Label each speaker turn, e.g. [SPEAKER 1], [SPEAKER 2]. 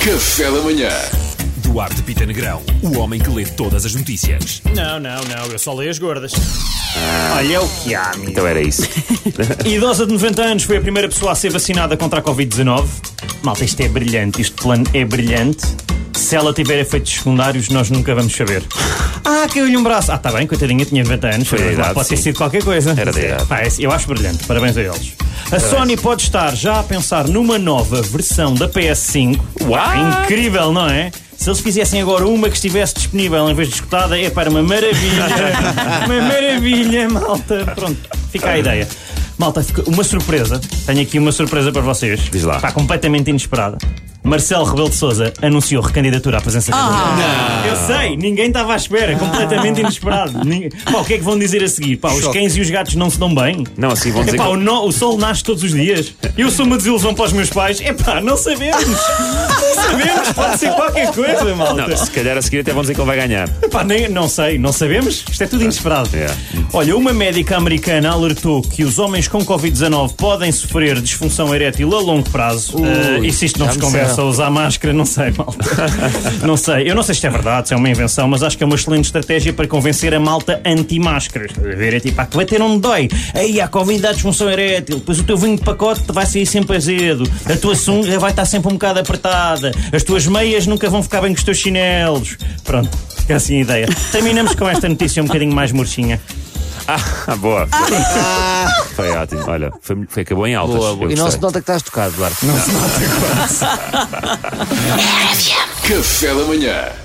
[SPEAKER 1] Café da manhã.
[SPEAKER 2] Duarte Pita Negrão, o homem que lê todas as notícias.
[SPEAKER 3] Não, não, não, eu só leio as gordas. Olha é o que há, amigo.
[SPEAKER 4] Então era isso.
[SPEAKER 3] Idosa de 90 anos foi a primeira pessoa a ser vacinada contra a Covid-19. Malta, isto é brilhante, este plano é brilhante. Se ela tiver efeitos secundários, nós nunca vamos saber. Ah, caiu-lhe um braço. Ah, tá bem, coitadinha, tinha 90 anos.
[SPEAKER 4] Foi da
[SPEAKER 3] mas lá
[SPEAKER 4] idade,
[SPEAKER 3] pode ter
[SPEAKER 4] sim.
[SPEAKER 3] sido qualquer coisa.
[SPEAKER 4] Era da idade.
[SPEAKER 3] Pá, esse- eu acho brilhante, parabéns a eles. A Sony pode estar já a pensar numa nova versão da PS5.
[SPEAKER 4] What?
[SPEAKER 3] Incrível, não é? Se eles fizessem agora uma que estivesse disponível em vez de escutada, é para uma maravilha. uma maravilha, malta. Pronto, fica a ideia. Malta, fica uma surpresa. Tenho aqui uma surpresa para vocês.
[SPEAKER 4] Diz lá.
[SPEAKER 3] Está completamente inesperada. Marcelo Rebelo de Souza anunciou recandidatura à presença ah, Eu sei, ninguém estava à espera, completamente inesperado. Ninguém- Pá, o que é que vão dizer a seguir? Pá, os cães e os gatos não se dão bem?
[SPEAKER 4] Não, assim vão dizer
[SPEAKER 3] Epá,
[SPEAKER 4] que-
[SPEAKER 3] o, no- o sol nasce todos os dias. Eu sou uma desilusão para os meus pais. Epá, não sabemos. Não sabemos. Pode ser qualquer coisa, malta.
[SPEAKER 4] Não, se calhar a seguir até vão dizer que ele vai ganhar.
[SPEAKER 3] Epá, nem- não sei. Não sabemos. Isto é tudo inesperado.
[SPEAKER 4] Yeah.
[SPEAKER 3] Olha, uma médica americana alertou que os homens com Covid-19 podem sofrer disfunção erétil a longo prazo. Eh, e se isto não se
[SPEAKER 4] me
[SPEAKER 3] conversa a
[SPEAKER 4] disseram.
[SPEAKER 3] usar máscara, não sei, malta. não sei. Eu não sei se é verdade, se é uma invenção, mas acho que é uma excelente estratégia para convencer a malta anti-máscaras. Estás a ver? É tipo, ah, que vai ter onde dói. Aí há Covid dá disfunção erétil. Depois o teu vinho de pacote vai sair sempre azedo. A tua sunga vai estar sempre um bocado apertada. As tuas meias nunca vão ficar bem com os teus chinelos. Pronto, fica assim a ideia. Terminamos com esta notícia um bocadinho mais murchinha.
[SPEAKER 4] Ah, boa. Foi ótimo. Olha, foi, foi- acabou em altas.
[SPEAKER 5] Boa, boa.
[SPEAKER 4] Eu
[SPEAKER 5] E não se
[SPEAKER 4] gostei.
[SPEAKER 5] nota que estás tocado, Duarte.
[SPEAKER 1] Café da manhã.